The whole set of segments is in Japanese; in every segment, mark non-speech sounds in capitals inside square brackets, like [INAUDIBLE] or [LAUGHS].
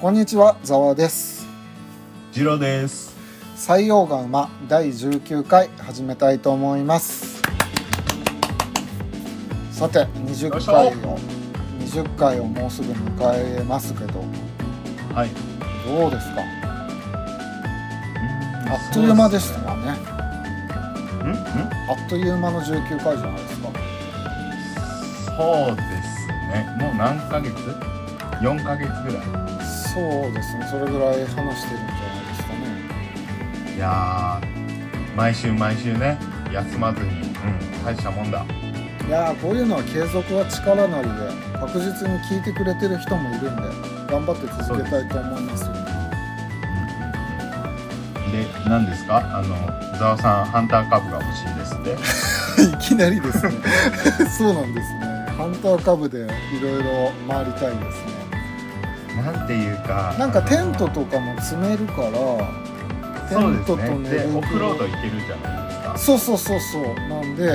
こんにちは、ざわです。ジロです。採用が馬第19回始めたいと思います。さて、20回を20回をもうすぐ迎えますけど、はい。どうですか。あっという間でしたん？よね。んあっという間の19回じゃないですか。そうですね。もう何ヶ月？四ヶ月ぐらそうですね。それぐらい話してるんじゃないですかね。い。いやー、毎週毎週ね、休まずに、うん、大したもんだ。いやーこういうのは継続は力なりで確実に聞いてくれてる人もいるんで頑張って続けたいと思いますよで、何ですか？あの、ザワさんハンター株が欲しいんですって。いきなりですね。 [LAUGHS] そうなんですね。ハンター株でいろいろ回りたいですね。 [LAUGHS] なんていうか。なんかあのテントとかも積めるから、テそうンですトとね。寝で、るオフロード行けるじゃないですか。そうそうそうそう。なんで、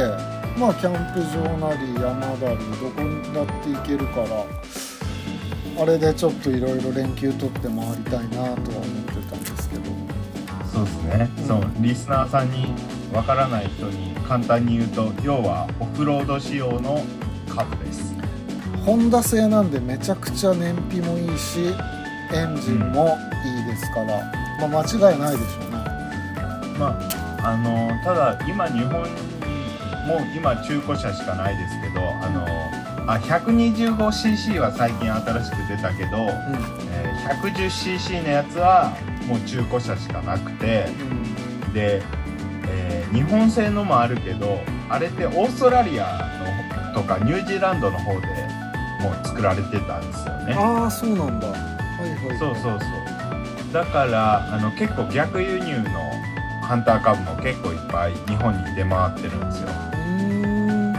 まあキャンプ場なり山なりどこにだって行けるから、あれでちょっといろいろ連休取って回りたいなとは思ってたんですけど。そうですね、うんそうリスナーさんにわからない人に簡単に言うと要はオフロード仕様のカブですホンダ製なんでめちゃくちゃ燃費もいいしエンジンもいいですから、まあ、間違いないでしょうねまああのただ今日本もう今中古車しかないですけどあのあ 125cc は最近新しく出たけど、えー 110cc のやつはもう中古車しかなくてで、えー日本製のもあるけどあれってオーストラリアのとかニュージーランドの方でもう作られてたんですよねああそうなんだはいはいそうそうそうだからあの結構逆輸入のハンター株も結構いっぱい日本に出回ってるんですよーん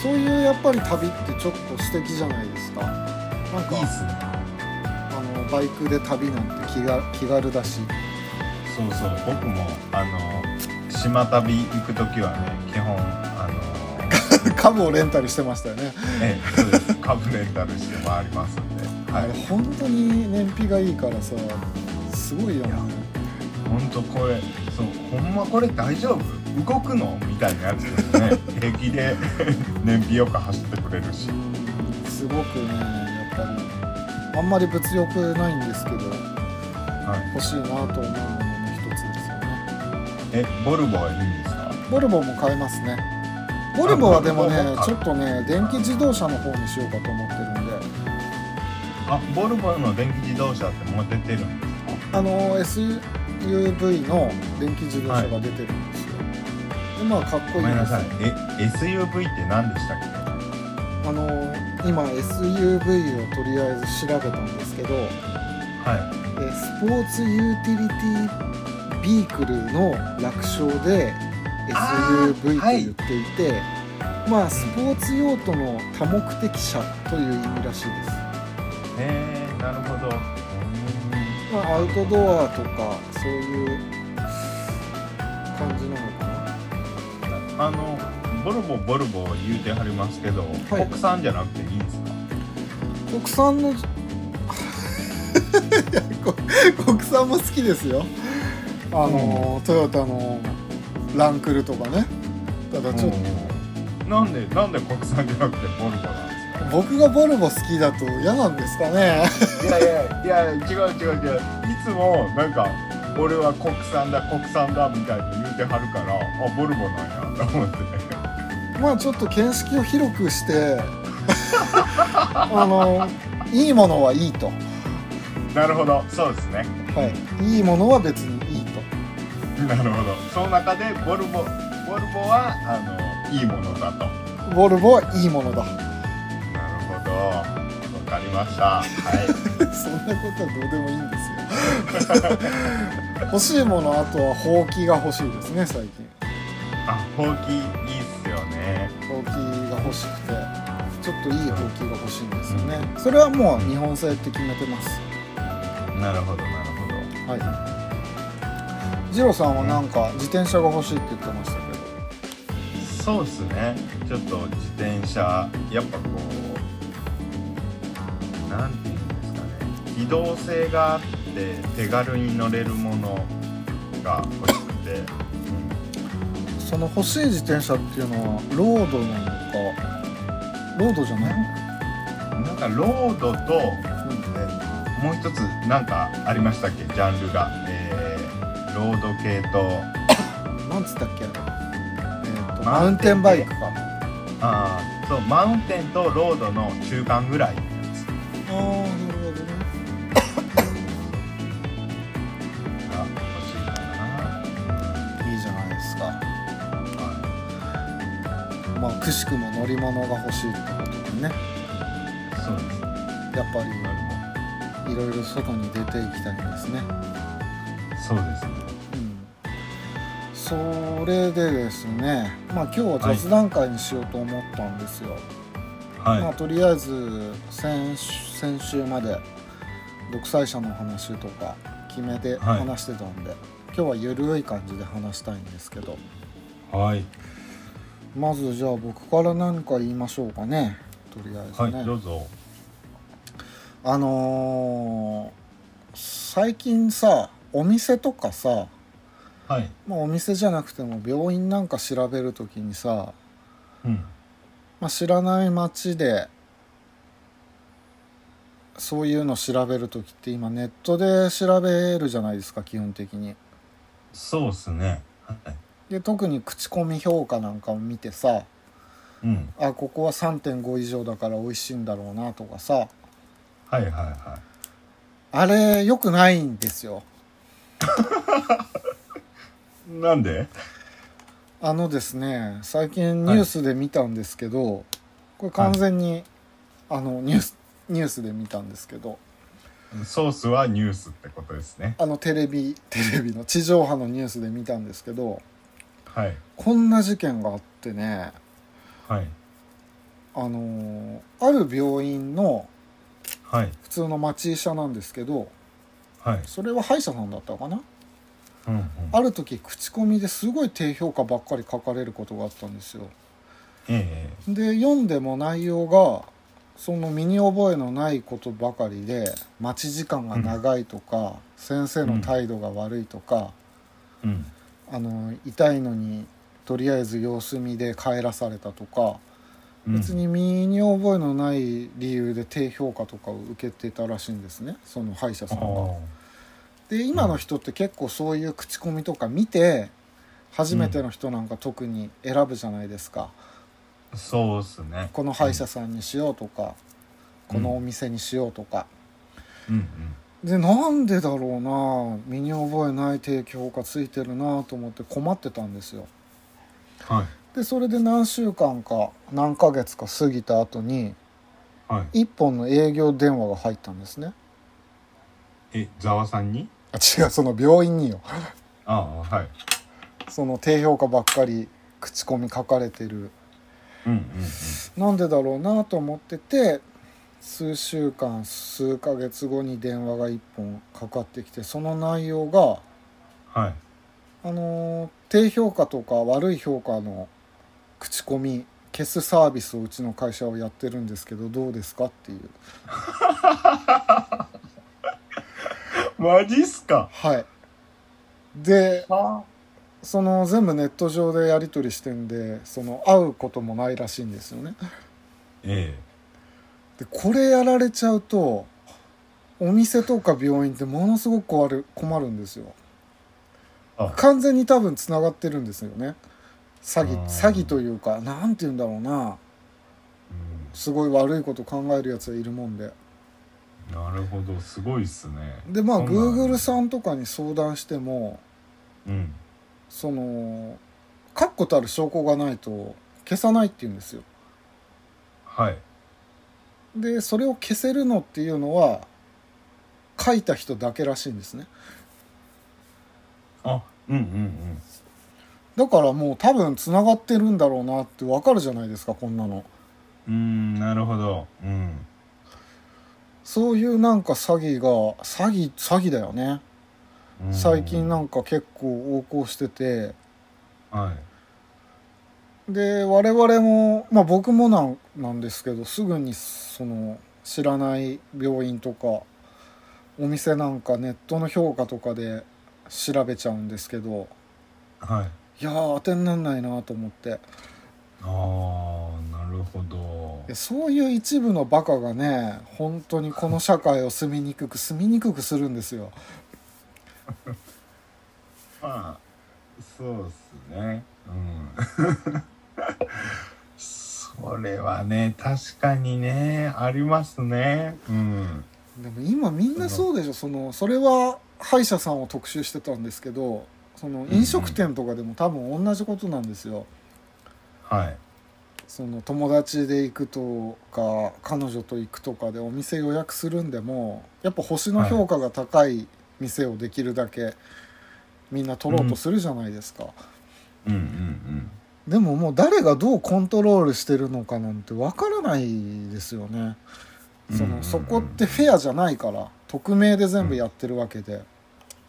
そういうやっぱり旅ってちょっと素敵じゃないですかなんかいいっすねあのバイクで旅なんて気が気軽だし [LAUGHS] そうそう僕もあの島旅行く時はね基本あの [LAUGHS] カブをレンタルしてましたよね、ええそうです株レンタルして回りますんではあれい本当に燃費がいいからさすごいよねいや本当これそうほんまこれ大丈夫動くのみたいなやつです [LAUGHS] ね平気で燃費よく走ってくれるしうんすごくねやっぱりあんまり物欲ないんですけどはい欲しいなと思うものの一つですよねえボルボはいいんですかボルボも買えますねボルボはでもねボルボも買うちょっとね電気自動車の方にしようかと思ってるんであボルボの電気自動車ってもう出てるんですあの SUV の電気自動車が出てるんですよ、でまあかっこごいいめんでなすさいえ SUV って何でしたっけあの今 SUV をとりあえず調べたんですけどえはいスポーツユーティリティビークルの略称であ SUV ーと言はいっていてまあスポーツ用途の多目的車という意味らしいです、えー、なるほどまあ、アウトドアとかそういう感じなのかなあのボルボボルボ言うてはりますけど、い国産じゃなくていいんですか国産の [LAUGHS] いやこ国産も好きですよあの、トヨタのランクルとかねただちょっと、うんなんでなんで国産じゃなくてボルボなんですか僕がボルボ好きだと嫌なんですかね [LAUGHS] いやいやいや違う違う違ういつもなんか俺は国産だ国産だみたいに言うてはるからあボルボなんやと思ってまあちょっと見識を広くして [LAUGHS] あのいいものはいいと、はなるほどそうですねい、いいものは別にいいと [LAUGHS] なるほどその中でボルボボルボはあのいいものだとボルボはいいものだ [LAUGHS] なるほどわかりました [LAUGHS] はいそんなことはどうでもいいんですよ [LAUGHS] 欲しいものあとはほうきが欲しいですね最近あほうきいいっすよねほうきが欲しくてちょっといいほうきが欲しいんですよね、それはもう日本製って決めてますなるほどなるほどはい二郎さんはなんか自転車が欲しいって言ってましたけどそうですねちょっと自転車やっぱこうなんていうんですかね移動性があって手軽に乗れるものが欲しくて、その欲しい自転車っていうのはロードなのかロードじゃない、うんなんかロードと、えもう一つなんかありましたっけジャンルが、えーロード系とうん、なんつったっけあれえーとママウウンンテテンンババイイククかあーそうマウンテンとロードの中間ぐらいのやつああなるほどねが欲しいかないいじゃないですかはまあくしくも乗り物が欲しいってことでねいそうですねやっぱりいろいろ外に出ていきたいんですねそうですねそれでですね、まあ、今日は雑談会にしようと思ったんですよ、はい、まあ、とりあえず先週先週まで独裁者の話とか決めてはい話してたんで、今日は緩い感じで話したいんですけどはいまずじゃあ僕から何か言いましょうかねとりあえはい、ずね、どうぞあのー最近さお店とかさ、はいまあ、お店じゃなくても病院なんか調べるときにさうんまあ、知らない街でそういうの調べる時って今ネットで調べるじゃないですか基本的にそうですねはいで特に口コミ評価なんかを見てさうんあここは3.5以上だから美味しいんだろうなとかさはいはいはあれ良くないんですよいなんであのですね最近ニュースで見たんですけど、これ完全に、あのニュースニュースで見たんですけどソースはニュースってことですねあのテレビテレビの地上波のニュースで見たんですけどはいこんな事件があってねはいあのーある病院のはい普通の町医者なんですけどはいそれは歯医者さんだったかなうんうんある時口コミですごい低評価ばっかり書かれることがあったんですよえで読んでも内容がその身に覚えのないことばかりで待ち時間が長いとか、先生の態度が悪いとか、えうんあの痛いのにとりあえず様子見で帰らされたとかうん別に身に覚えのない理由で低評価とかを受けてたらしいんですねその歯医者さあんが。で今の人って結構そういう口コミとか見て初めての人なんか特に選ぶじゃないですか、ーそうっすねこの歯医者さんにしようとか、このお店にしようとか。うんうんでなんでだろうな身に覚えない低評価ついてるなと思って困ってたんですよ。はいでそれで何週間か何ヶ月か過ぎた後にはい一本の営業電話が入ったんですね。えざわさんにあ違うその病院によああはいその低評価ばっかり口コミ書かれてるうんうんうんなんでだろうなと思ってて数週間数ヶ月後に電話が1本かかってきてその内容が、はいあのー低評価とか悪い評価の口コミ消すサービスをうちの会社はやってるんですけどどうですかっていうマジっすかはいではその全部ネット上でやり取りしてんでその会うこともないらしいんですよねえでこれやられちゃうとお店とか病院ってものすごく困る困るんですよあ完全に多分つながってるんですよね詐欺あー詐欺というかなんて言うんだろうなえすごい悪いこと考えるやつがいるもんでうんなるほどすごいっすねでまあそうなんだ Google さんとかに相談してもうんその確固たる証拠がないと消さないって言うんですよはいでそれを消せるのっていうのは書いた人だけらしいんですねあうんうんうんだからもう多分つながってるんだろうなってわかるじゃないですかこんなのうーんなるほどうんそういうなんか詐欺が詐欺詐欺だよねうん最近なんか結構横行しててはいで我々もまあ僕もなんなんですけどすぐにその知らない病院とかお店なんかネットの評価とかで調べちゃうんですけどはいいやー当てになんないなと思ってあーなるほどいやそういう一部のバカがね本当にこの社会を住みにくく住みにくくするんですよまあそうっすねうん [LAUGHS] それはね確かにねありますねうんでも今みんなそうでしょそのそれは歯医者さんを特集してたんですけどその飲食店とかでも多分同じことなんですよはいその友達で行くとか彼女と行くとかでお店予約するんでもやっぱ星の評価が高い店をできるだけみんな取ろうとするじゃないですか、うんうんうんでももう誰がどうコントロールしてるのかなんてわからないですよねそうんうんうのんそこってフェアじゃないから匿名で全部やってるわけで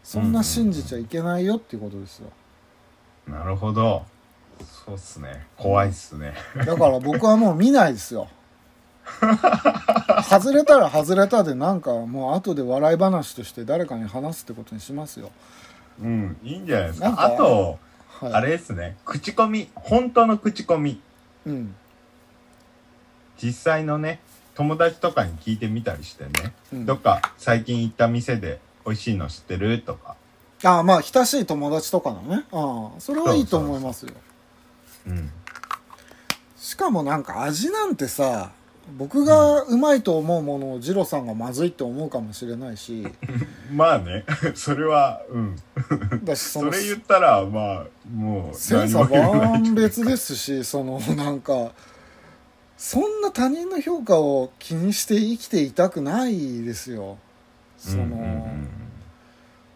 そんな信じちゃいけないよっていうことですよなるほどそうっすね怖いっすねだから僕はもう見ないです [LAUGHS] よ外れたら外れたでなんかもう後で笑い話として誰かに話すってことにしますよ、うんいいんじゃないですなんかかあとはい、あれですね口コミ本当の口コミうん実際のね友達とかに聞いてみたりしてね、うんどっか最近行った店で美味しいの知ってるとか、ああまあ親しい友達とかのねああそれはいいと思いますようん、しかもなんか味なんてさ僕がうまいと思うものをジロさんがまずいって思うかもしれない [LAUGHS] しまあね [LAUGHS] それはうんだしそそのれ言ったらまあもう千差も言わないけ万ど別ですしそのなんかそんな他人の評価を気にして生きていたくないですよその、うんうんうん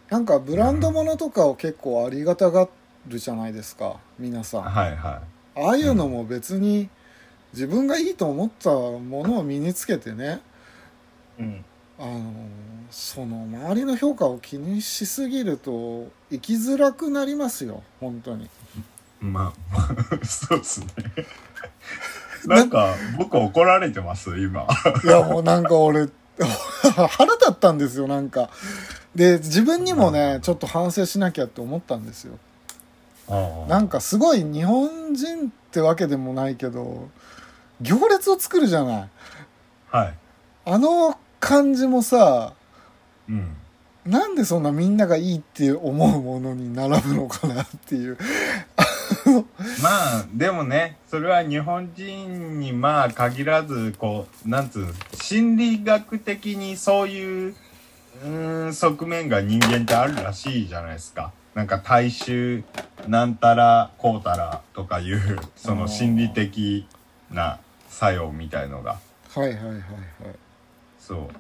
なんかブランド物とかを結構ありがたがるじゃないですか皆さんあはいはあいうのも別に自分がいいと思ったものを身につけてねい、うん、あのその周りの評価を気にしすぎると生きづらくなりますよ本当にまあ [LAUGHS] そうっすねなんか僕怒られてます今 [LAUGHS] いやもうなんか俺 [LAUGHS] 腹立ったんですよなんかで自分にもねちょっと反省しなきゃって思ったんですよなんかすごい日本人ってわけでもないけど行列を作るじゃないはいあの感じもさうんなんでそんなみんながいいって思うものに並ぶのかなっていうまあでもねそれは日本人にまあ限らずこうなんつうの心理学的にそういううーん側面が人間ってあるらしいじゃないですかなんか大衆なんたらこうたらとかいうその心理的な作用みたいのがはいはいはいはいそうだか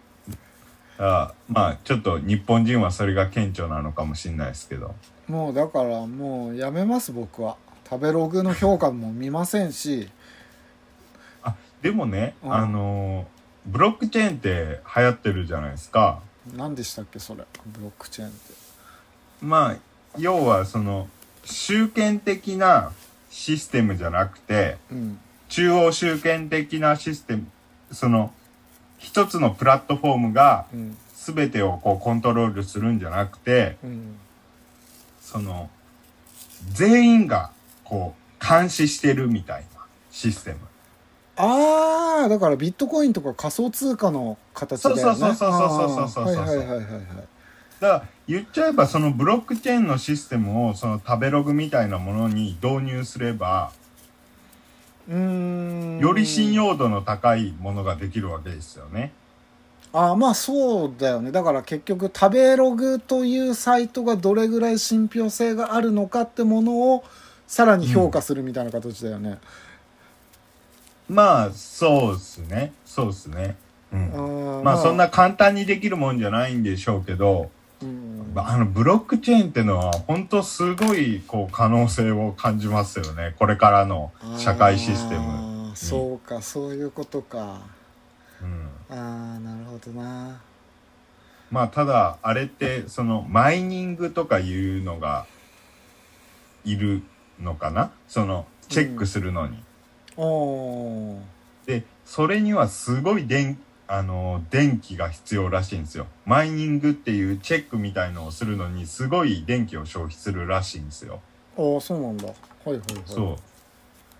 らまあちょっと日本人はそれが顕著なのかもしれないですけどもうだからもうやめます僕は食べログの評価も見ませんしあでもね、うんあのブロックチェーンって流行ってるじゃないですか何でしたっけそれブロックチェーンってまあ要はその集権的なシステムじゃなくてうん中央集権的なシステムその一つのプラットフォームがうん全てをこうコントロールするんじゃなくてうんその全員がこう監視してるみたいなシステムああだからビットコインとか仮想通貨の形だよねそうそうそうそうそうそうそうそうあーはいはいはいはいはいだから言っちゃえばそのブロックチェーンのシステムをその食べログみたいなものに導入すればうーんより信用度の高いものができるわけですよね。ああまあそうだよねだから結局食べログというサイトがどれぐらい信憑性があるのかってものをさらに評価するみたいな形だよね、まあ、そうですね。そうですね。うん。あーまあ、そん、な簡単にできるもんじゃないんでしょうけど、うんまああの、ブロックチェーンってのは、本当すごい、こう、可能性を感じますよね。これからの社会システム。あーそうかそういうことかうん。ああなるほどなまあ、ただ、あれって、その、マイニングとかいうのが、いるのかなその、チェックするのに。おーで、それにはすごい電あの電気が必要らしいんですよマイニングっていうチェックみたいのをするのにすごい電気を消費するらしいんですよああそうなんだはいはいはいそ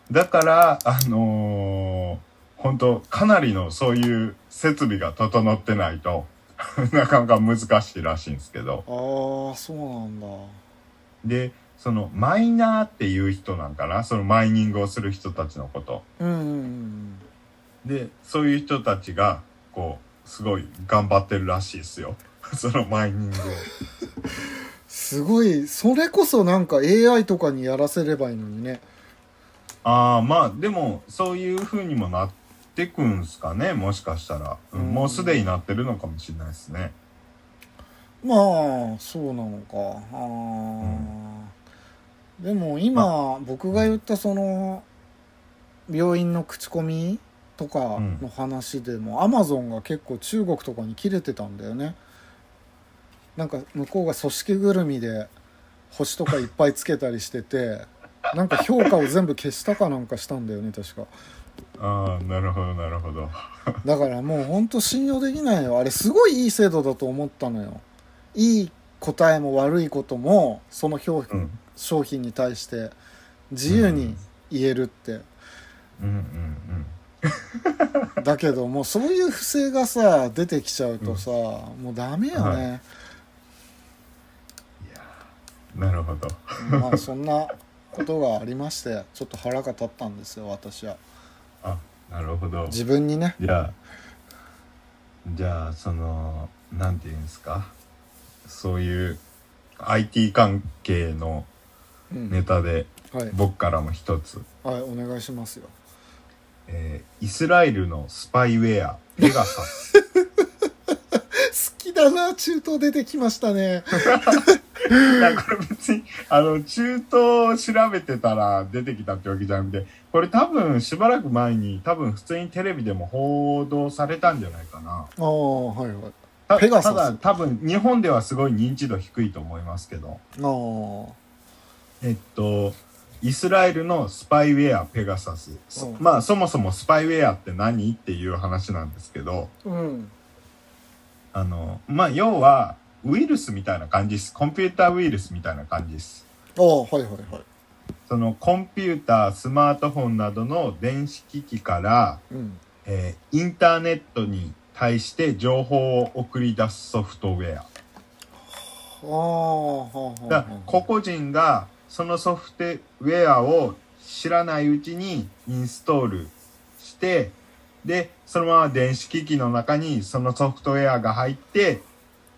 うだからあのー、本当かなりのそういう設備が整ってないと [LAUGHS] なかなか難しいらしいんですけどああそうなんだでそのマイナーっていう人なんかなそのマイニングをする人たちのことうんうんうんでそういう人たちがこうすごい頑張ってるらしいですよ [LAUGHS] そのマイニング [LAUGHS] をすごいそれこそなんか AI とかにやらせればいいのにねああまあでもそういう風にもなってくんすかねもしかしたら、うんうんもうすでになってるのかもしれないですねまあそうなのかあー、でも今僕が言ったその病院の口コミとかの話でも、アマゾンが結構中国とかに切れてたんだよねなんか向こうが組織ぐるみで星とかいっぱいつけたりしててなんか評価を全部消したかなんかしたんだよね確かああなるほどなるほどだからもうほんと信用できないよあれすごいいい制度だと思ったのよいい答えも悪いこともその評うん商品に対して自由に言えるって、うんうんだけどもうそういう不正がさ出てきちゃうとさ、もうダメよね、うんなるほどまあそんなことがありましてちょっと腹が立ったんですよ私はあなるほど自分にねじゃあじゃあそのなんていうんですかそういう IT 関係のうんネタではい、僕からも一つ、はい、お願いしますよえーイスラエルのスパイウェアペガサ [LAUGHS] ス好きだな中東出てきましたねいやこれ別にあの中東を調べてたら出てきたってわけじゃなくてこれ多分しばらく前に多分普通にテレビでも報道されたんじゃないかなああはいはいたペガサスただ多分日本ではすごい認知度低いと思いますけどああえっとイスラエルのスパイウェアペガサス、そうんまあそもそもスパイウェアって何っていう話なんですけどうんあのまあ要はウイルスみたいな感じですコンピューターウイルスみたいな感じですああはいはいはいそのコンピュータースマートフォンなどの電子機器から、うんえーインターネットに対して情報を送り出すソフトウェアああはあはあだはあ個々人がそのソフトウェアを知らないうちにインストールしてでそのまま電子機器の中にそのソフトウェアが入って、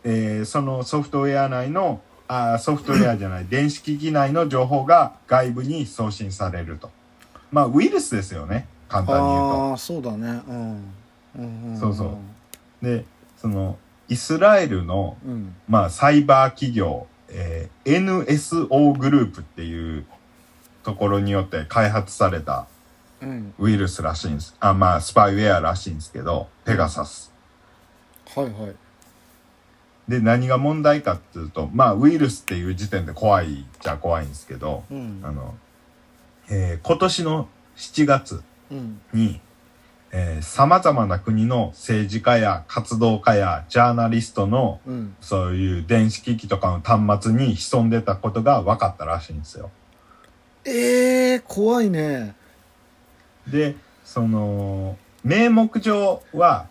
えーそのソフトウェア内のあーソフトウェアじゃない電子機器内の情報が外部に送信されるとまあウイルスですよね簡単に言うと。ああそうだねうんうんんんそうそうでそのイスラエルのうんまあ、サイバー企業、えー NSO グループっていうところによって開発されたうんウイルスらしいんです。あ、まあ、スパイウェアらしいんですけど、ペガサス。はいはいで、何が問題かっていうと、まあ、ウイルスっていう時点で怖いじゃ怖いんですけど、うんあの、えー今年の7月うんに、えー、様々な国の政治家や活動家やジャーナリストのうんそういう電子機器とかの端末に潜んでたことが分かったらしいんですよ。ええ怖いねで、その、名目上は、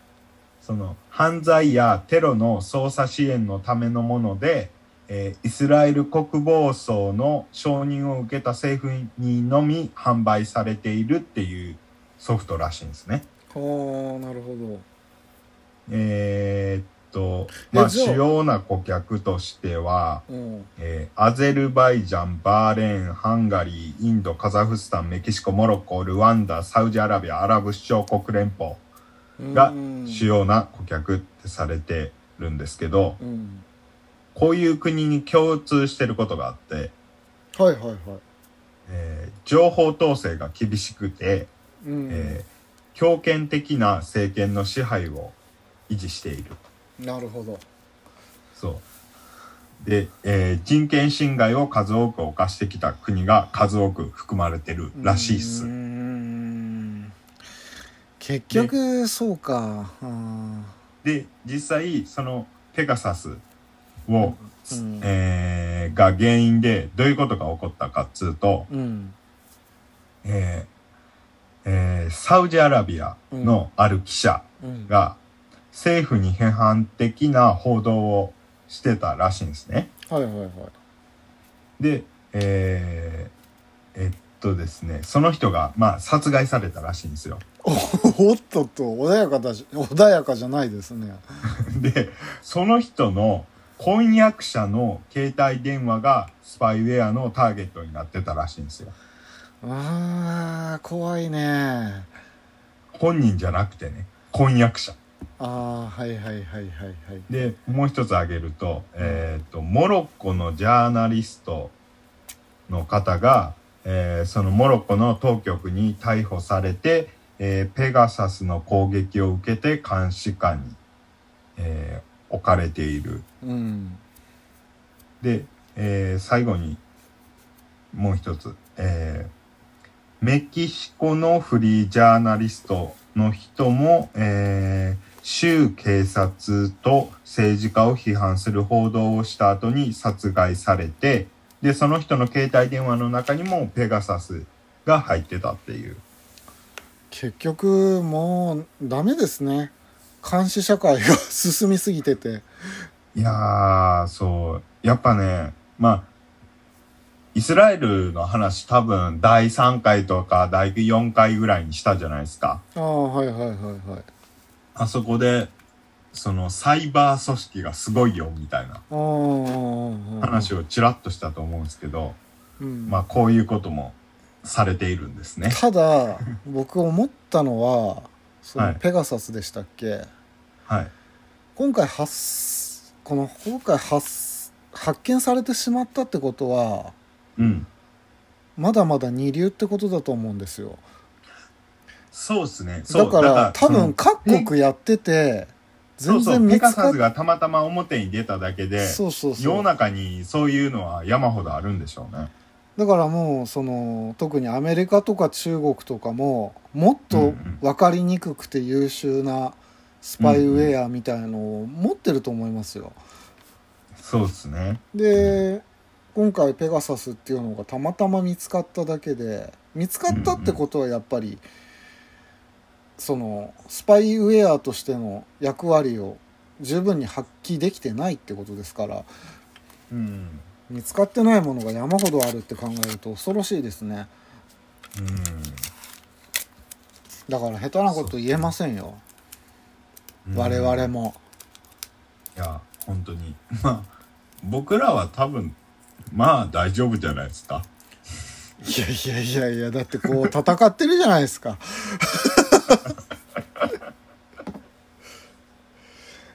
その、犯罪やテロの捜査支援のためのもので、えーイスラエル国防省の承認を受けた政府にのみ販売されているっていうソフトらしいんですね。ああなるほどえーっと、まあ、えじゃあ主要な顧客としては、うんえーアゼルバイジャン、バーレーン、ハンガリー、インド、カザフスタン、メキシコ、モロッコ、ルワンダ、サウジアラビア、アラブ首長国連邦、がうん主要な顧客ってされてるんですけど、うんこういう国に共通してることがあって、はいはいはいえー情報統制が厳しくて、うんえー強権的な政権の支配を維持している。なるほどそう。で、えー人権侵害を数多く犯してきた国が数多く含まれてるらしいっす。うーん結局そうか、うんで実際そのペガサスを、うんえーが原因でどういうことが起こったかっつうと、うんえーえーサウジアラビアのある記者うんが政府に批判的な報道をしてたらしいんですね。はいはいはいで、えーえっとですねその人が、まあ、殺害されたらしいんですよ。おっとっと穏やかだし穏やかじゃないですね [LAUGHS] でその人の婚約者の携帯電話がスパイウェアのターゲットになってたらしいんですよ。あー怖いね本人じゃなくてね婚約者。あーはいはいはいはいはいでもう一つ挙げると,、えー、とモロッコのジャーナリストの方が、えーそのモロッコの当局に逮捕されて、えーペガサスの攻撃を受けて監視下に、えー置かれている。うんで、えー最後にもう一つ、えーメキシコのフリージャーナリストの人も、えー州警察と政治家を批判する報道をした後に殺害されてでその人の携帯電話の中にもペガサスが入ってたっていう結局もうダメですね監視社会が進みすぎてていやーそうやっぱねまあイスラエルの話多分第3回とか第4回ぐらいにしたじゃないですか。ああはいはいはいはいあそこで、そのサイバー組織がすごいよみたいなあー話をちらっとしたと思うんですけど、うんまあこういうこともされているんですね。ただ僕思ったのはそはのいペガサスでしたっけ、はい。今回発この今回発発見されてしまったってことはうん。まだまだ二流ってことだと思うんですよそうですね。そだうから多そ分の各国やってて全そうそ然う、見ペつガかサっスがたまたま表に出ただけで、そうそうそう世の中にそういうのは山ほどあるんでしょうね。だからもうその特にアメリカとか中国とかももっうんうとん分かりにくくて優秀なスパイウェアみたいのを持ってると思いますよ。そうですね。で今回ペガサスっていうのがたまたま見つかっただけで見つかったってことはやっぱりそのスパイウェアとしての役割を十分に発揮できてないってことですからうん。見つかってないものが山ほどあるって考えると恐ろしいですね。だから下手なこと言えませんよ、うん。我々も。もいや、本当に。 [LAUGHS] まあ、僕らは多分、まあ大丈夫じゃないですか。いやいやいやいやだってこう戦ってるじゃないですか [LAUGHS]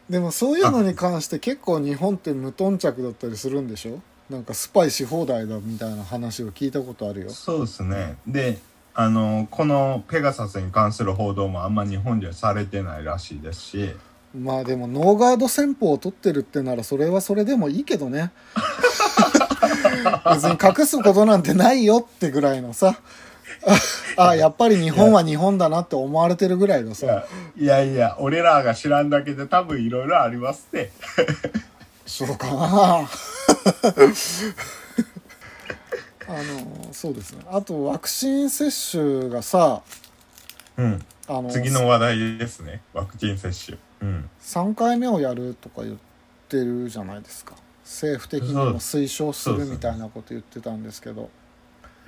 でもそういうのに関して結構日本って無頓着だったりするんでしょなんかスパイし放題だみたいな話を聞いたことあるよそうですね。で、あの、このペガサスに関する報道もあんま日本ではされてないらしいですし、まあでもノーガード戦法を取ってるってならそれはそれでもいいけどね [LAUGHS] 別に隠すことなんてないよってぐらいのさああやっぱり日本は日本だなって思われてるぐらいのいさやいやいや、俺らが知らんだけで多分いろいろありますって。そうかなあのそうですねあとワクチン接種がさうん。あの次の話題ですね。ワクチン接種。うん。 3回目をやるとか言ってるじゃないですか政府的にも推奨すそうるですねみたいなこと言ってたんですけど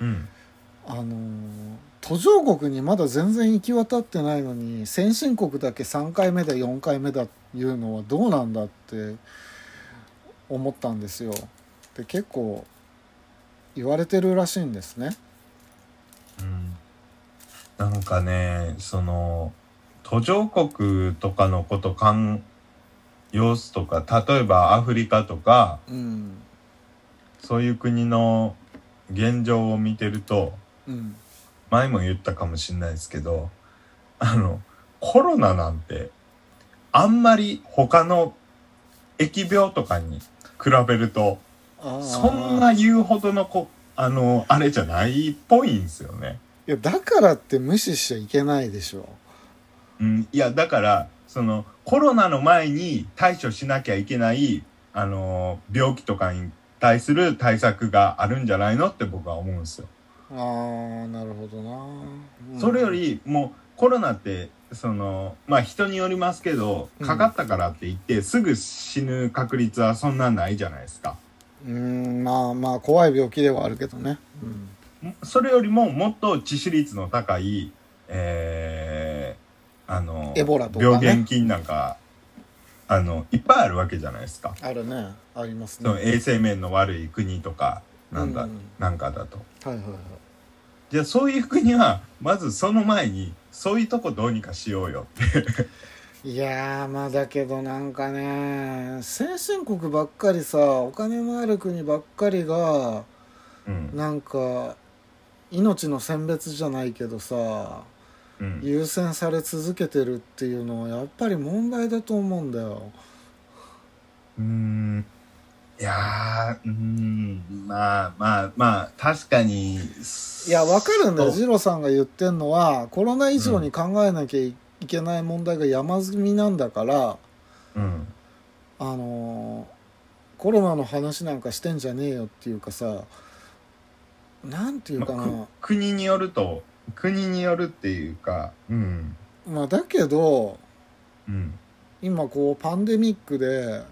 うん。あのー途上国にまだ全然行き渡ってないのに先進国だけ3回目だ4回目だっていうのはどうなんだって思ったんですよ。で結構言われてるらしいんですね。うん。なんかね、その、途上国とかのことかん、様子とか、例えばアフリカとか、うん、そういう国の現状を見てると、うん、前も言ったかもしれないですけどあのコロナなんてあんまり他の疫病とかに比べるとあーそんない言うほどのこあのあれじゃないっぽいんですよね。やだからって無視しちゃいけないでしょ。うん、いやだからそのコロナの前に対処しなきゃいけない、あのー病気とかに対する対策があるんじゃないのって僕は思うんですよ。あーなるほどな、うんそれよりもうコロナってそのまあ人によりますけどうんかかったからって言ってすぐ死ぬ確率はそんなないじゃないですか。うんまあまあ怖い病気ではあるけどね、うんそれよりももっと致死率の高い、えーあのエボラとかね病原菌なんかあのいっぱいあるわけじゃないですか。あるねありますそのね衛生面の悪い国とかなんだ、うんなんかだと。はいはいはいじゃあそういう国はまずその前にそういうとこどうにかしようよって。いやーまあだけどなんかね先進国ばっかりさお金のある国ばっかりがうんなんか命の選別じゃないけどさうん、優先され続けてるっていうのはやっぱり問題だと思うんだようーんいやーうーんまあまあまあ確かにいやわかるんだよそう二郎さんが言ってんのはコロナ以上に考えなきゃいけない問題が山積みなんだから、うんあのーコロナの話なんかしてんじゃねえよっていうかさなんていうかな、まあく国によると国によるっていうかうんまあだけどうん今こうパンデミックで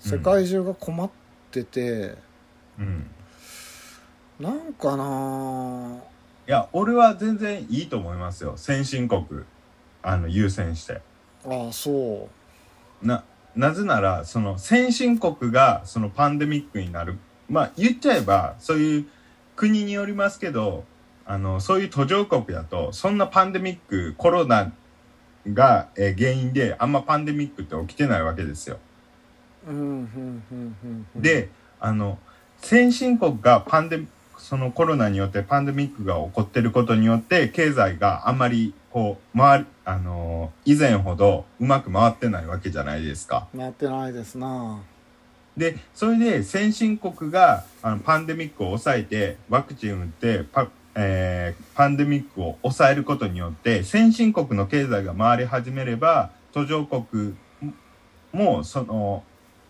世界中が困ってて、うんなんかないや俺は全然いいと思いますよ先進国あの優先してああそななぜならその先進国がそのパンデミックになるまあ言っちゃえばそういう国によりますけどあのそういう途上国だとそんなパンデミックコロナが、えー原因であんまパンデミックって起きてないわけですよ。ううんうんうんうんうんであの先進国がパンデそのコロナによってパンデミックが起こってることによって経済があんまりこう回り、あのー以前ほどうまく回ってないわけじゃないですか。なってないですなでそれで先進国があのパンデミックを抑えてワクチン打ってパ,、えーパンデミックを抑えることによって先進国の経済が回り始めれば途上国もその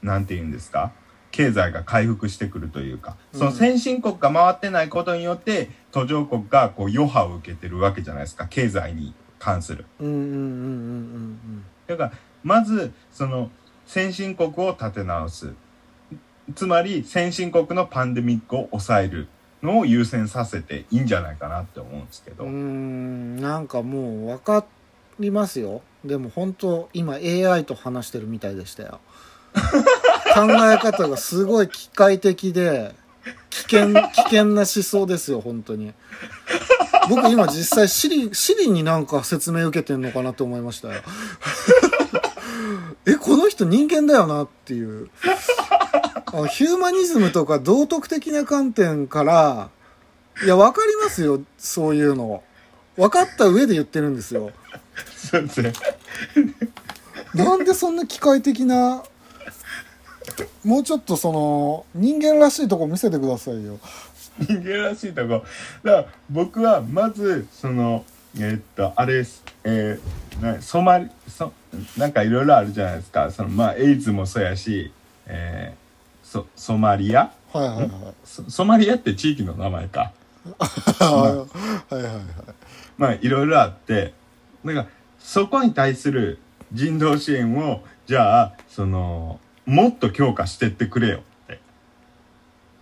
なんて言うんですか経済が回復してくるというか、うんその先進国が回ってないことによって途上国がこう余波を受けてるわけじゃないですか経済に関する。うんうんうんうんうんだからまずその先進国を立て直すつまり先進国のパンデミックを抑えるのを優先させていいんじゃないかなって思うんですけうど、んうーんなんかもう分かりますよでも本当今 AI と話してるみたいでしたよ考え方がすごい機械的で危険危険な思想ですよ本当に僕今実際シリシリになんか説明受けてんのかなと思いましたよ [LAUGHS] えこの人人間だよなっていうあヒューマニズムとか道徳的な観点からいや、わかりますよ、そういうの。分かった上で言ってるんですよ。すいませんなんでそんな機械的な、もうちょっとその、人間らしいとこ見せてくださいよ。人間らしいとこだから僕はまずそのえーっとあれですえーなソマリそなんかいろいろあるじゃないですかそのまあエイズもそうやし、えーそソマリアはいはいはい。そソマリアって地域の名前かはいはいはい。まあいろいろあってなんかそこに対する人道支援をじゃあそのもっと強化してってくれよって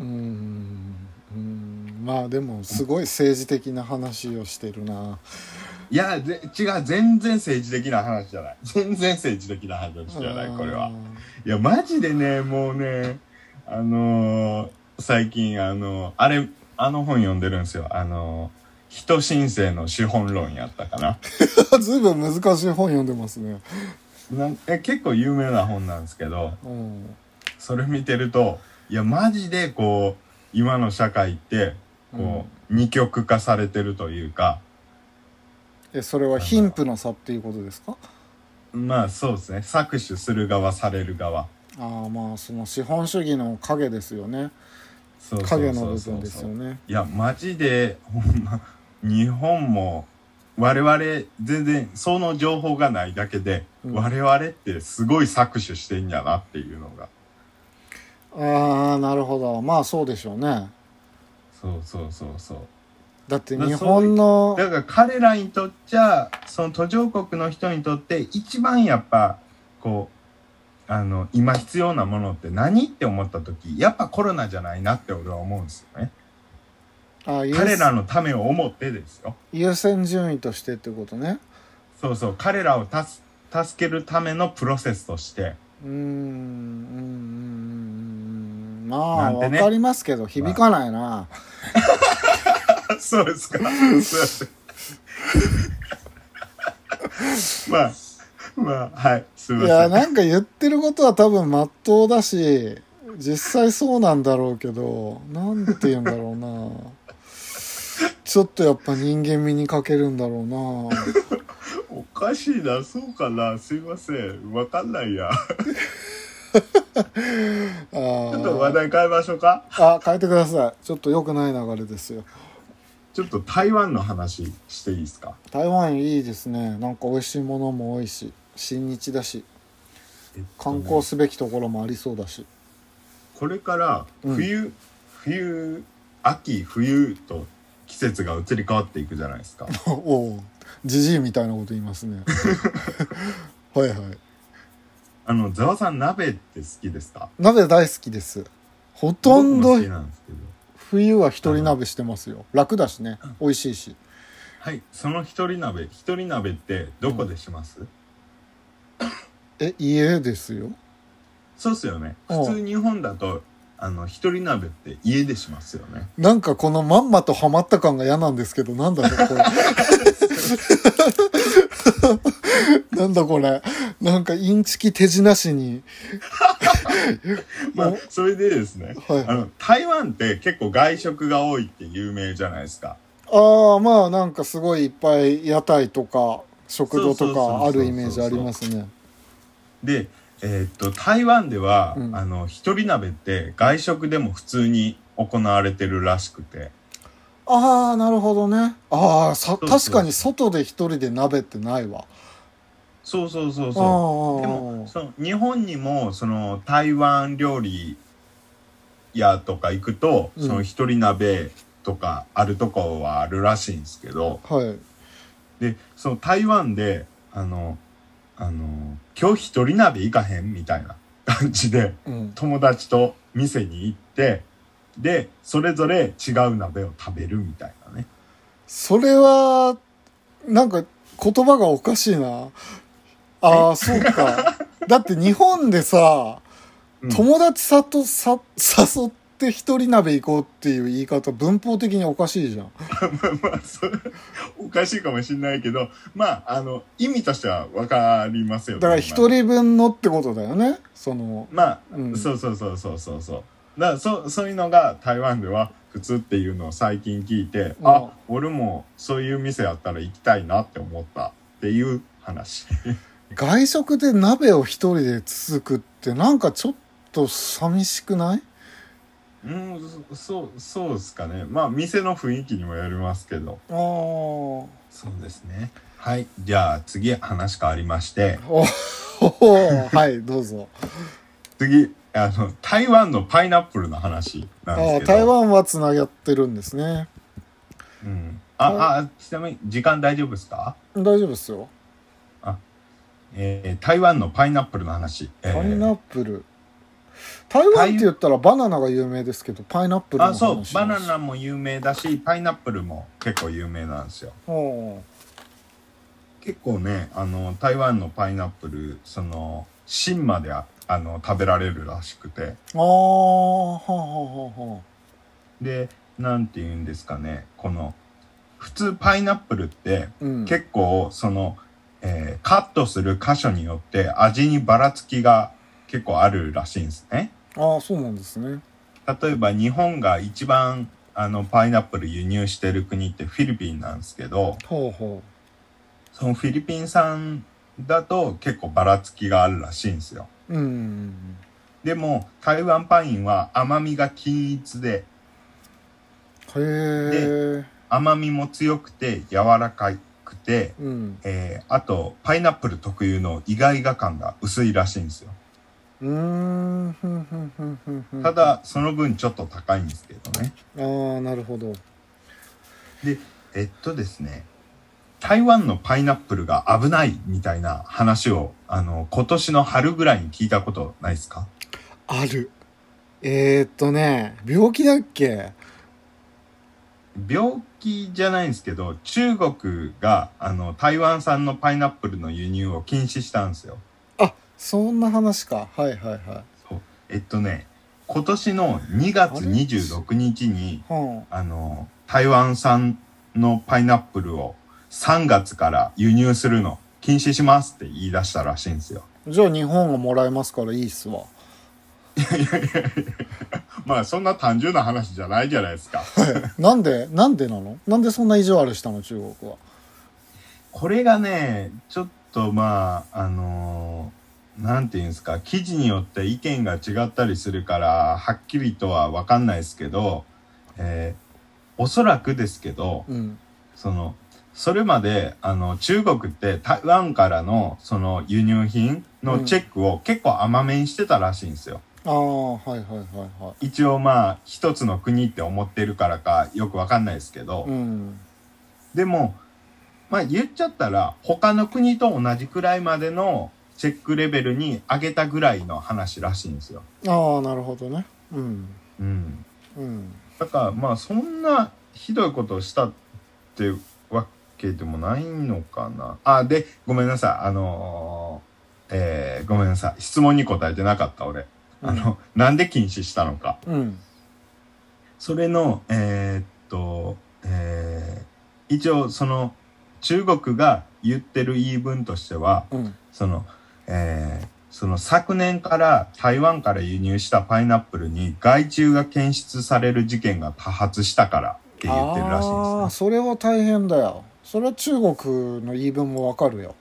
うーん。うーんまあでも、すごい政治的な話をしてるな。いやぜ違う全然政治的な話じゃない全然政治的な話じゃないこれは。いやマジでねもうねあのー最近あのーあれあの本読んでるんですよあのー人申請の資本論やったかなずいぶん難しい本読んでますね。なんえ結構有名な本なんですけどうん。それ見てるといやマジでこう今の社会ってこう、二極化されてるというかえ、それは貧富の差っていうことですかまあそうですね搾取する側される側ああまあその資本主義の影ですよねそうそうそう影のそう部分ですよねいやマジでほんま日本も我々全然その情報がないだけで、うん我々ってすごい搾取してんやなっていうのがああなるほどまあそうでしょうねそうそうそうそうだって日本のだから彼らにとっちゃその途上国の人にとって一番やっぱこうあの今必要なものって何って思った時やっぱコロナじゃないなって俺は思うんですよねあ優彼らのためを思ってですよ優先順位としてってことねそうそう彼らを助助けるためのプロセスとして [LAUGHS] うーんうんうんうんうんまあ、なんてわねかりますけど響かないな、そうですか。すいません。ま [LAUGHS] あ、まあ、はい、すいまいせやん。なんか言ってることは多分まっとうだし実際そうなんだろうけどなんて言うんだろうな [LAUGHS] ちょっとやっぱ人間味に欠けるんだろうなおかしいな、そうかな、すいません。わかんないや。あちょっと話ー題変えましょうか。あ変えてくださいちょっと良くない流れですよちょっと台湾の話していいですか。台湾いいですねなんか美味しいものも多いし新日だしえっとね観光すべきところもありそうだし [LAUGHS] これからうん冬、冬、秋、冬と季節が移り変わっていくじゃない [LAUGHS] ですか。おおうジジイみたいなこと言いますね [LAUGHS] はいはいあの、ざわさん鍋って好きですか鍋大好きですほとんど僕も好きなんですけど。冬は一人鍋してますよ楽だしね美味しいしはい、その一人鍋、一人鍋ってどこでします、え家ですよそうっすよね。うん普通日本だと、あの、一人鍋って家でしますよね。なんかこのまんまとハマった感が嫌なんですけどなんだろうこれ [LAUGHS] なんだこれなんかインチキ手品師に [LAUGHS] まあお、それでですね、はいあの、台湾って結構外食が多いって有名じゃないですか。ああまあなんかすごいいっぱい屋台とか食堂とかあそうそうそうそうそうるイメージありますねで、えーっと、台湾では、うんあの、一人鍋って外食でも普通に行われてるらしくて、ああなるほどねああさそう確かに外で一人で鍋ってないわそうそうそうそう。でもあその日本にもその台湾料理屋とか行くと、うんその一人鍋とかあるとこはあるらしいんですけどあはいでその台湾であのあの今日一人鍋行かへんみたいな感じでうん友達と店に行ってでそれぞれ違う鍋を食べるみたいなね [LAUGHS] それは、なんか言葉がおかしいな。ああ、そうか。だって日本でさ、うん友達さとさ誘って一人鍋行こうっていう言い方、文法的におかしいじゃん。まあまあそれおかしいかもしれないけどまああの意味としては分かりますよねだから一人分のってことだよね。その、まあ、うんそうそうそうそうそうそうだからそそういうのが台湾では普通っていうのを最近聞いて、うんあ俺もそういう店やったら行きたいなって思ったっていう [LAUGHS] 話外食で鍋を一人でつつくってなんかちょっと寂しくないうんそそうそうですかねまあ店の雰囲気にもよりますけどああ。おそうですねはいじゃあ次話変わりましておはい、どうぞ。次あの台湾のパイナップルの話あなんであ、すけど台湾はつながってるんですね。うん、ああちなみに時間大丈夫ですか大丈夫ですよ。えー台湾のパイナップルの話、えーパイナップル、台湾って言ったらバナナが有名ですけどパイナップルのあ話そうバナナナも有名だしパイナップルも結構有名なんですよ結構ねあの台湾のパイナップルその芯までああの食べられるらしくてああはあはあはでなんて言うんですかねこの普通パイナップルってあ、うん、結構その、えーカットする箇所によって味にばらつきが結構あるらしいんですねああそうなんですね例えば日本が一番あのパイナップル輸入してる国ってフィリピンなんですけどほうほそのフィリピン産だと結構ばらつきがあるらしいんですよ。ううんでも台湾パインは甘みが均一でへえ甘みも強くて柔らかくくて、うんえーあとパイナップル特有の意外が感が薄いらしいんですようーんふんふんふんふんふんただその分ちょっと高いんですけどねああなるほどえっとですね台湾のパイナップルが危ないみたいな話をあの今年の春ぐらいに聞いたことないですかあるえー、っとね病気だっけ病気じゃないんですけど中国があの台湾産のパイナップルの輸入を禁止したんですよあそんな話かはいはいはいそうえっとね今年の2月26日にはあの台湾産のパイナップルを3月から輸入するの禁止しますって言い出したらしいんですよあ、じゃあ日本がもらえますからいいっすわ [LAUGHS] まあそんな単純な話じゃないじゃないですかなんでなんでなのなんでそんな意地悪したの中国はこれがねちょっとまああのーなんていうんですか記事によって意見が違ったりするからはっきりとは分かんないですけど、えーおそらくですけど、うんそのそれまであの中国って台湾からのその輸入品のチェックを結構甘めにしてたらしいんですよ。ああはいはいはいは一応まあ一つの国って思ってるからかよくわかんないですけど、いうんでもまあ言っちゃったら他の国と同じくらいまでのチェックレベルに上げたぐらいの話らしいんですよ。ああなるほどねうんうん、うんだからまあそんなひどいことをしたってわけでもないのかなあでごめんなさいあのーえーごめんなさい質問に答えてなかった俺あの、なんで禁止したのかうんそれのえーっとえー一応その中国が言ってる言い分としてはうんそのえーその昨年から台湾から輸入したパイナップルに害虫が検出される事件が多発したからって言ってるらしいんですあねあ。それは大変だよそれは中国の言い分もわかるよ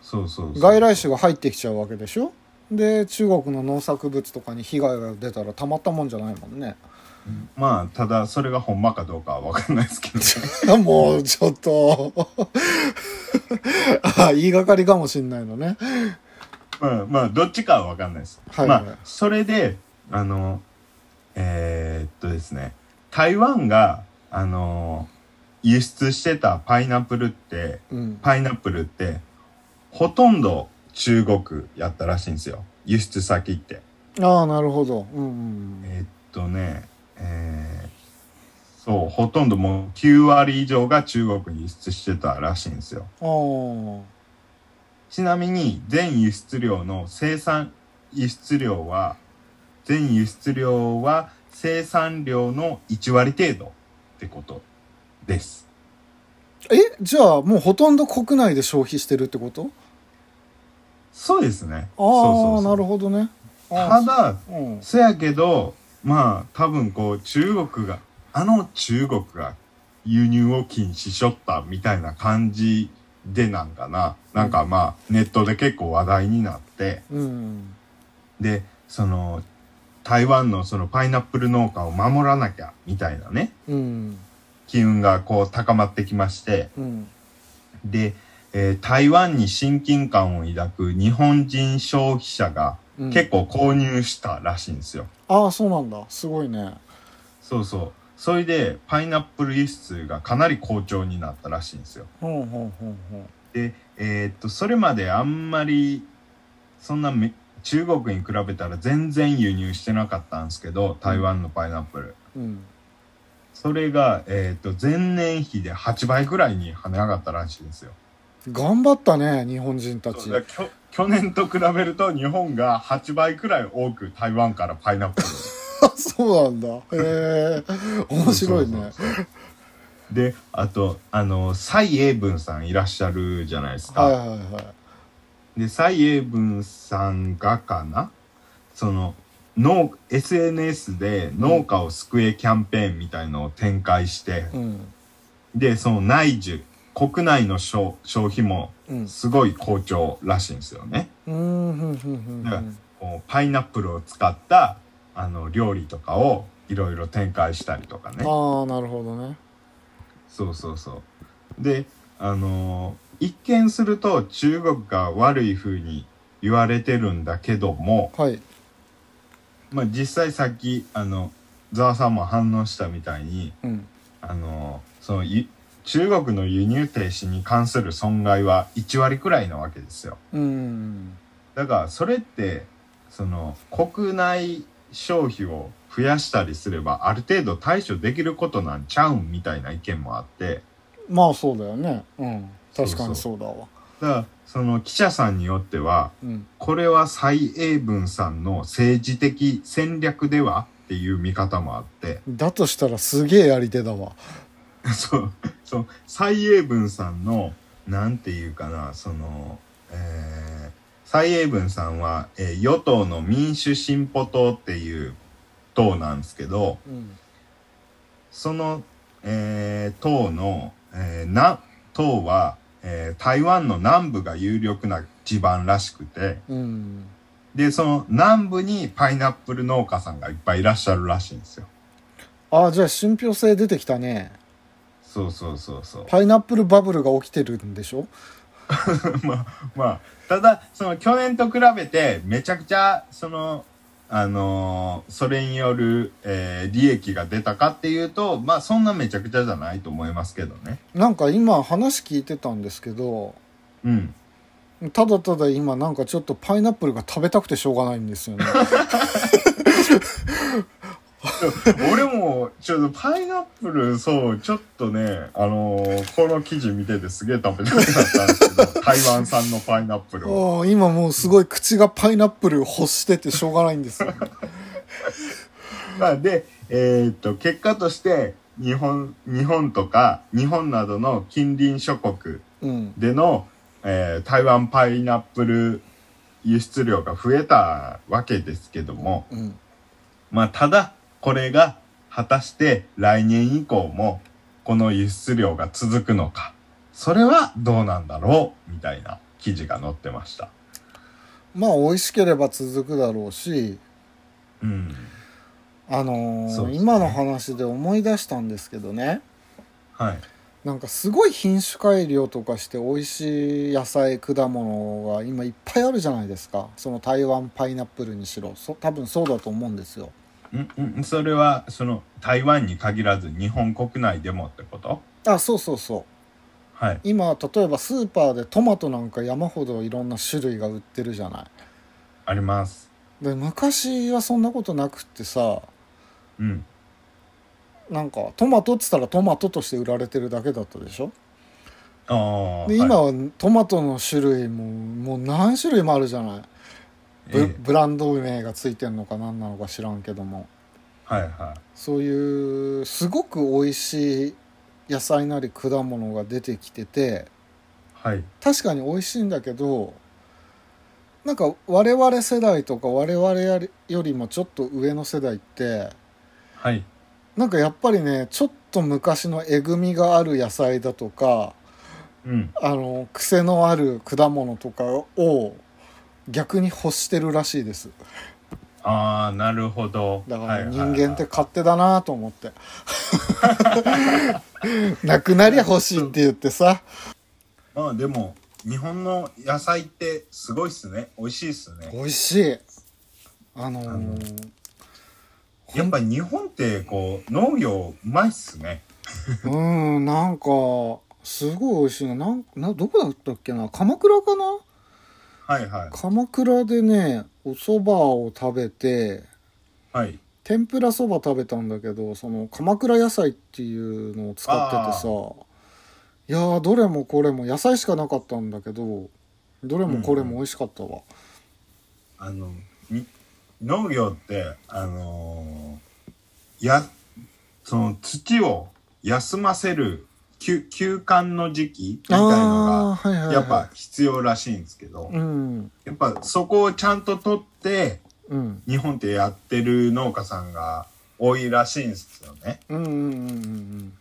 そうそうそう外来種が入ってきちゃうわけでしょで中国の農作物とかに被害が出たらたまったもんじゃないもんね [LAUGHS] まあただそれがほんまかどうかは分かんないです [LAUGHS] けどもうちょっと [LAUGHS] あ言いがかりかもしんないのねまあまあどっちかは分かんないです、はいまあそれであのえーっとですね台湾があの輸出してたパイナップルってうんパイナップルってほとんど中国やったらしいんですよ輸出先ってああなるほどうんえーっとねえーそうほとんどもう9割以上が中国に輸出してたらしいんですようんあちなみに全輸出量の生産輸出量は全輸出量は生産量の1割程度ってことです。あえじゃあもうほとんど国内で消費してるってことそうですね。ああそうそうそうなるほどねたあだあうんそやけどまあ多分こう中国があの中国が輸入を禁止しょったみたいな感じでなんかななんかまあネットで結構話題になって。うんでその台湾のそのパイナップル農家を守らなきゃみたいなねうん機運がこう高まってきましてうんで、えー台湾に親近感を抱く日本人消費者がうん結構購入したらしいんですよ。ああそうなんだすごいねそうそうそれでパイナップル輸出がかなり好調になったらしいんですよ。ほんほんほんほんで、えーっとそれまであんまりそんなめ中国に比べたら全然輸入してなかったんですけど台湾のパイナップル。うんそれが、えっ、と、前年比で8倍ぐらいに跳ね上がったらしいんですよ。頑張ったね日本人たちそうだからきょ去年と比べると日本が8倍くらい多く台湾からパイナップルを。あ [LAUGHS] そうなんだへえ面白いねそうそうそうで、あと、あの、蔡英文さんいらっしゃるじゃないですか。はいはいはで、蔡英文さんがかなその、農、SNS で農家を救えキャンペーンみたいのを展開して、いうんで、その内需、国内の消消費もうんすごい好調らしいんですよね。うんふんふんふんふだからんこうパイナップルを使ったあの料理とかをいろいろ展開したりとかね。ああなるほどねそうそうそう。で、あの一見すると中国が悪い風に言われてるんだけども、はいまあ、実際さっきあのざわさんも反応したみたいにうんあのそのゆ中国の輸入停止に関する損害は1割くらいなわけですよ。うんだからそれってその国内消費を増やしたりすればある程度対処できることなんちゃうんみたいな意見もあってまあそうだよねうん確かにそうだわだからその記者さんによってはうんこれは蔡英文さんの政治的戦略ではっていう見方もあってだとしたらすげえやり手だわ [LAUGHS] そうそう蔡英文さんのなんていうかなその、えー蔡英文さんは、えー与党の民主進歩党っていう党なんですけど、うんその、えー党の、えーな党は、えー台湾の南部が有力な地盤らしくて、うんで、その南部にパイナップル農家さんがいっぱいいらっしゃるらしいんですよ。ああじゃあ信憑性出てきたねそうそうそうそう。パイナップルバブルが起きてるんでしょまあ、まあ、ただ、その去年と比べて、めちゃくちゃ、その、あのーそれによる、えー利益が出たかっていうと、まあ、そんなめちゃくちゃじゃないと思いますけどね。なんか今話聞いてたんですけどうん。ただただ今なんかちょっとパイナップルが食べたくてしょうがないん [LAUGHS] ですよね俺もちょっとパイナップルそうちょっとねあのーこの記事見ててすげえ食べたくなったんですけど台湾産のパイナップルをおー今もうすごい口がパイナップルを欲しててしょうがないんですよ、ね、まあでえーっと結果として日本日本とか日本などの近隣諸国 [LAUGHS] うんでの、えー台湾パイナップル輸出量が増えたわけですけどもうんまあただこれが果たして来年以降もこの輸出量が続くのかそれはどうなんだろうみたいな記事が載ってましたまあ美味しければ続くだろうしうんあのーそうですね今の話で思い出したんですけどねはいなんかすごい品種改良とかして美味しい野菜果物が今いっぱいあるじゃないですかその台湾パイナップルにしろそ多分そうだと思うんですようんうんそれはその台湾に限らず日本国内でもってことあそうそうそうはい今例えばスーパーでトマトなんか山ほどいろんな種類が売ってるじゃなありますいで昔はそんなことなくってさうんなんかトマトっつったらトマトとして売られてるだけだったでしょああで今はいはトマトの種類ももう何種類もあるじゃないブ,、ええブランド名がついてんのか何なのか知らんけどもはいはいそういうすごく美味しい野菜なり果物が出てきててはい確かに美味しいんだけどなんか我々世代とか我々よりよりもちょっと上の世代ってはいなんかやっぱりねちょっと昔のえぐみがある野菜だとかうんあの癖のある果物とかを逆に欲してるらしいですああなるほどだかはいらはい人はい間って勝手だなと思って。 [LAUGHS] なくなりゃ欲しいって言ってさ。まあでも日本の野菜ってすごいっすね美味しいっすね美味しい。あのーあのやっぱ日本ってこう農業うまいっすね。うーん、なんか、すごい美味しいな。なんなどこだったっけな鎌倉かなはいはい。鎌倉でね、お蕎麦を食べて、はい。天ぷらそば食べたんだけどその鎌倉野菜っていうのを使っててさいやーどれもこれも野菜しかなかったんだけどどれもこれも美味しかったわ、あの、に農業って、あのーや、その土を休ませる休休館の時期みたいのあーはいはいはが、いやっぱ必要らしいんですけど、うんやっぱそこをちゃんと取って、うん日本ってやってる農家さんが多いらしいんですよね。うんうんうんうん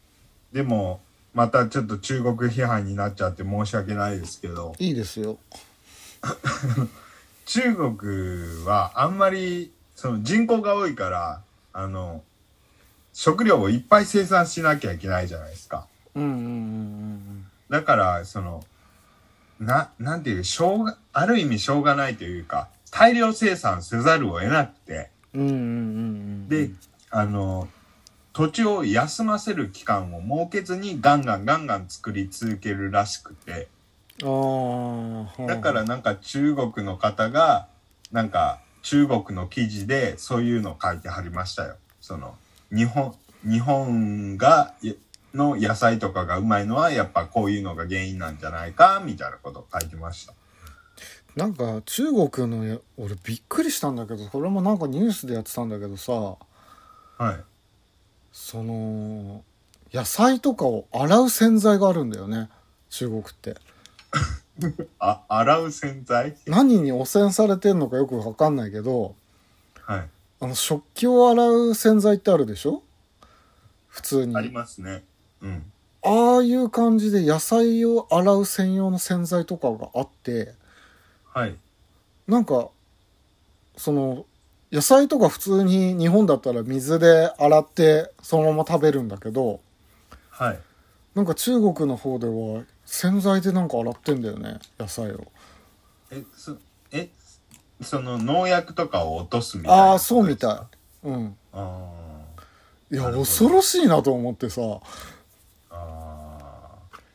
でも、またちょっと中国批判になっちゃって申し訳ないですけど、いいですよ中国はあんまりその人口が多いからあの食料をいっぱい生産しなきゃいけないじゃないですかうんうんうんだからそのななんていうしょうがある意味しょうがないというか大量生産せざるを得なくてうんうんうんであの土地を休ませる期間を設けずにガンガンガンガン作り続けるらしくてうんああだからなんか中国の方がなんか中国の記事でそういうの書いてはりましたよ。その日本日本がの野菜とかがうまいのはやっぱこういうのが原因なんじゃないかみたいなこと書いてました。なんか中国のや俺びっくりしたんだけどこれもなんかニュースでやってたんだけどさはい。その野菜とかを洗う洗剤があるんだよね中国ってあ洗う洗剤何に汚染されてんのかよくわかんないけどはい。あの食器を洗う洗剤ってあるでしょ普通にありますね。うん。ああいう感じで野菜を洗う専用の洗剤とかがあってはい。なんかその野菜とか普通に日本だったら水で洗ってそのまま食べるんだけどはい。なんか中国の方では洗剤でなんか洗ってんだよね野菜をえ、そ、え、その農薬とかを落とすみたいなことああですかそうみたいうんあーいやなるほど恐ろしいなと思ってさあ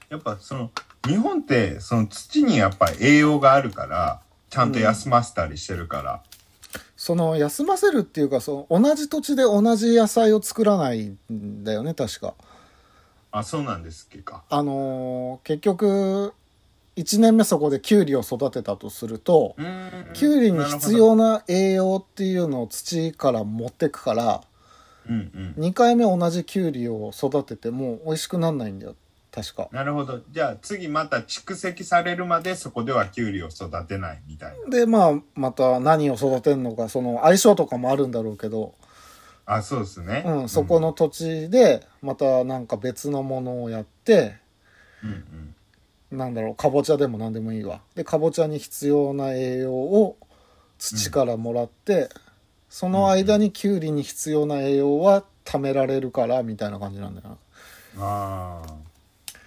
ーやっぱその日本ってその土にやっぱ栄養があるからちゃんと休ませたりしてるから、その休ませるっていうかその同じ土地で同じ野菜を作らないんだよね確かあそうなんですっけかあのー結局1年目そこでキュウリを育てたとするとうーんキュウリに必なるほ要な栄養っていうのを土から持ってくからどうんうん2回目同じキュウリを育てても美味しくなんないんだよ確かなるほどじゃあ次また蓄積されるまでそこではキュウリを育てないみたいなでまあまた何を育てるのかその相性とかもあるんだろうけど、あそうですねうん、そこの土地でまたなんか別のものをやってうんうんなんだろうかぼちゃでも何でもいいわでかぼちゃに必要な栄養を土からもらって、その間にきゅうりに必要な栄養は貯められるからみたいな感じなんだよなああ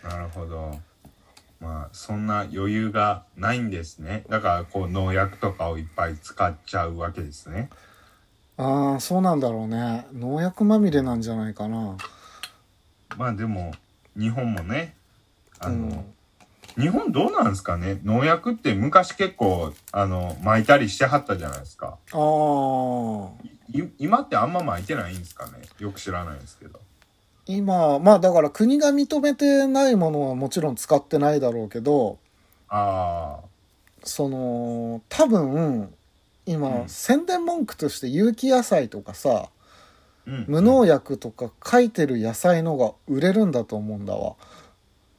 なるほどまあそんな余裕がないんですねだからこう農薬とかをいっぱい使っちゃうわけですねあーそうなんだろうね農薬まみれなんじゃないかなまあでも日本もねあうの、ん日本どうなんですかね農薬って昔結構あの巻いたりしてはったじゃないですかあーい今ってあんま巻いてないんですかねよく知らないんですけど今まあだから国が認めてないものはもちろん使ってないだろうけどあその多分今、うん宣伝文句として有機野菜とかさあうん無農薬とか書いてる野菜のが売れるんだと思うんだわ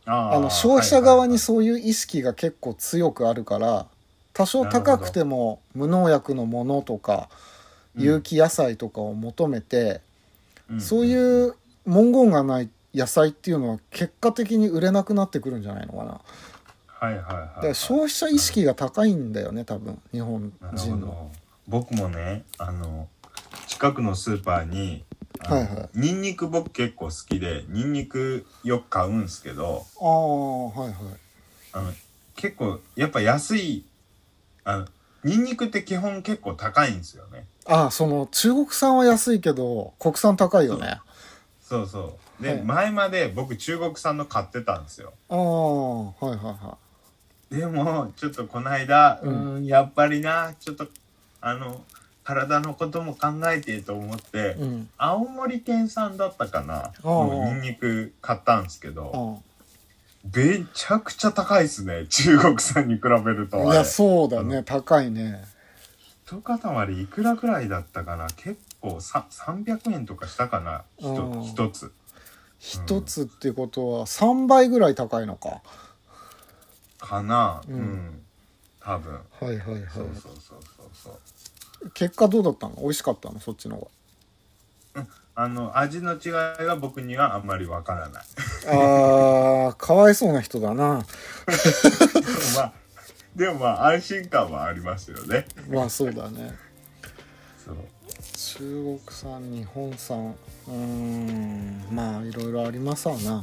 あーあの消費者側はにいそういう意識が結構強くあるから多少高くても無農薬のものとかうん有機野菜とかを求めて、はいはいそううんいう文言がない野菜っていうのは結果的に売れなくなってくるんじゃないのかなはいはいはいだから消費者意識が高いんだよね多分日本なるほ人のど僕もねあの近くのスーパーにあのはいはいニンニク僕結構好きでニンニクよく買うんすけどああはいはいあの結構やっぱ安いあのニンニクって基本結構高いんですよねああその中国産は安いけど国産高いよねそうそうで、はい前まで僕中国産の買ってたんですよああはいはいはいでもちょっとこの間ううんーんやっぱりなちょっとあの体のことも考えてと思って、うん。青森県産だったかなあーのニンニク買ったんですけどあめちゃくちゃ高いですね [LAUGHS] 中国産に比べるとあ。いあれや、そうだね。高いね。一塊いくらぐらいだったかな結構さ300円とかしたかなひうんと一つ一つってことは、3倍ぐらい高いのか。かなう、うんん多分はいはいはい。そうそうそうそうそう結果どうだったの美味しかったのそっちの方あの味の違いが僕にはあんまりわからない [LAUGHS] [LAUGHS] が。あー、かわいそうな人だな。でもまあでもまあ安心感はありますよねまあそうだね。そう中国産、日本産。うーん。まあいろいろありますわな。うんまあ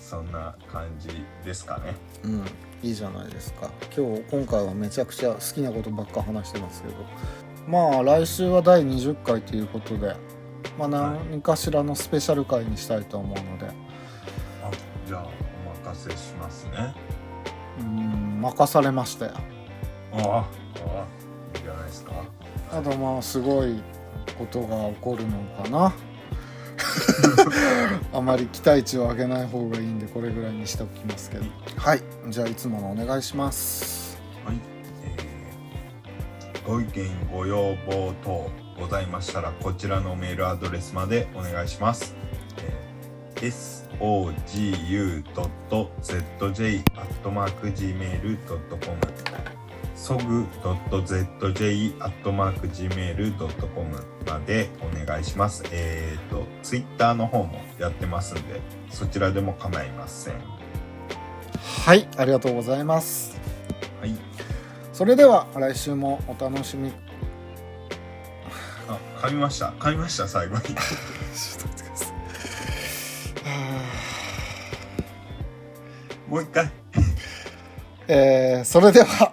そそんな感じですかねうんいいじゃないですか今日今回はめちゃくちゃ好きなことばっか話してますけどまあ来週は第20回ということで、まあ、何かしらのスペシャル回にしたいと思うので、あじゃあお任せしますねうん任されましたよああいいじゃないですかあとまあすごいことが起こるのか [LAUGHS] なあまり期待値を上げない方がいいんでこれぐらいにしておきますけどはいじゃあいつものお願いしますはい、えーご意見ご要望等ございましたらこちらのメールアドレスまでお願いします、えー sogu.zj.gmail.com そぐ .zj.gmail.com までお願いします。えっ、と、Twitter の方もやってますんで、そちらでも構いません。ははいありがとうございますい。それでは来週もお楽しみあ、噛みました。噛みました、最後に。 [LAUGHS] ちょっと待ってください [LAUGHS] もう一回。えーそれでは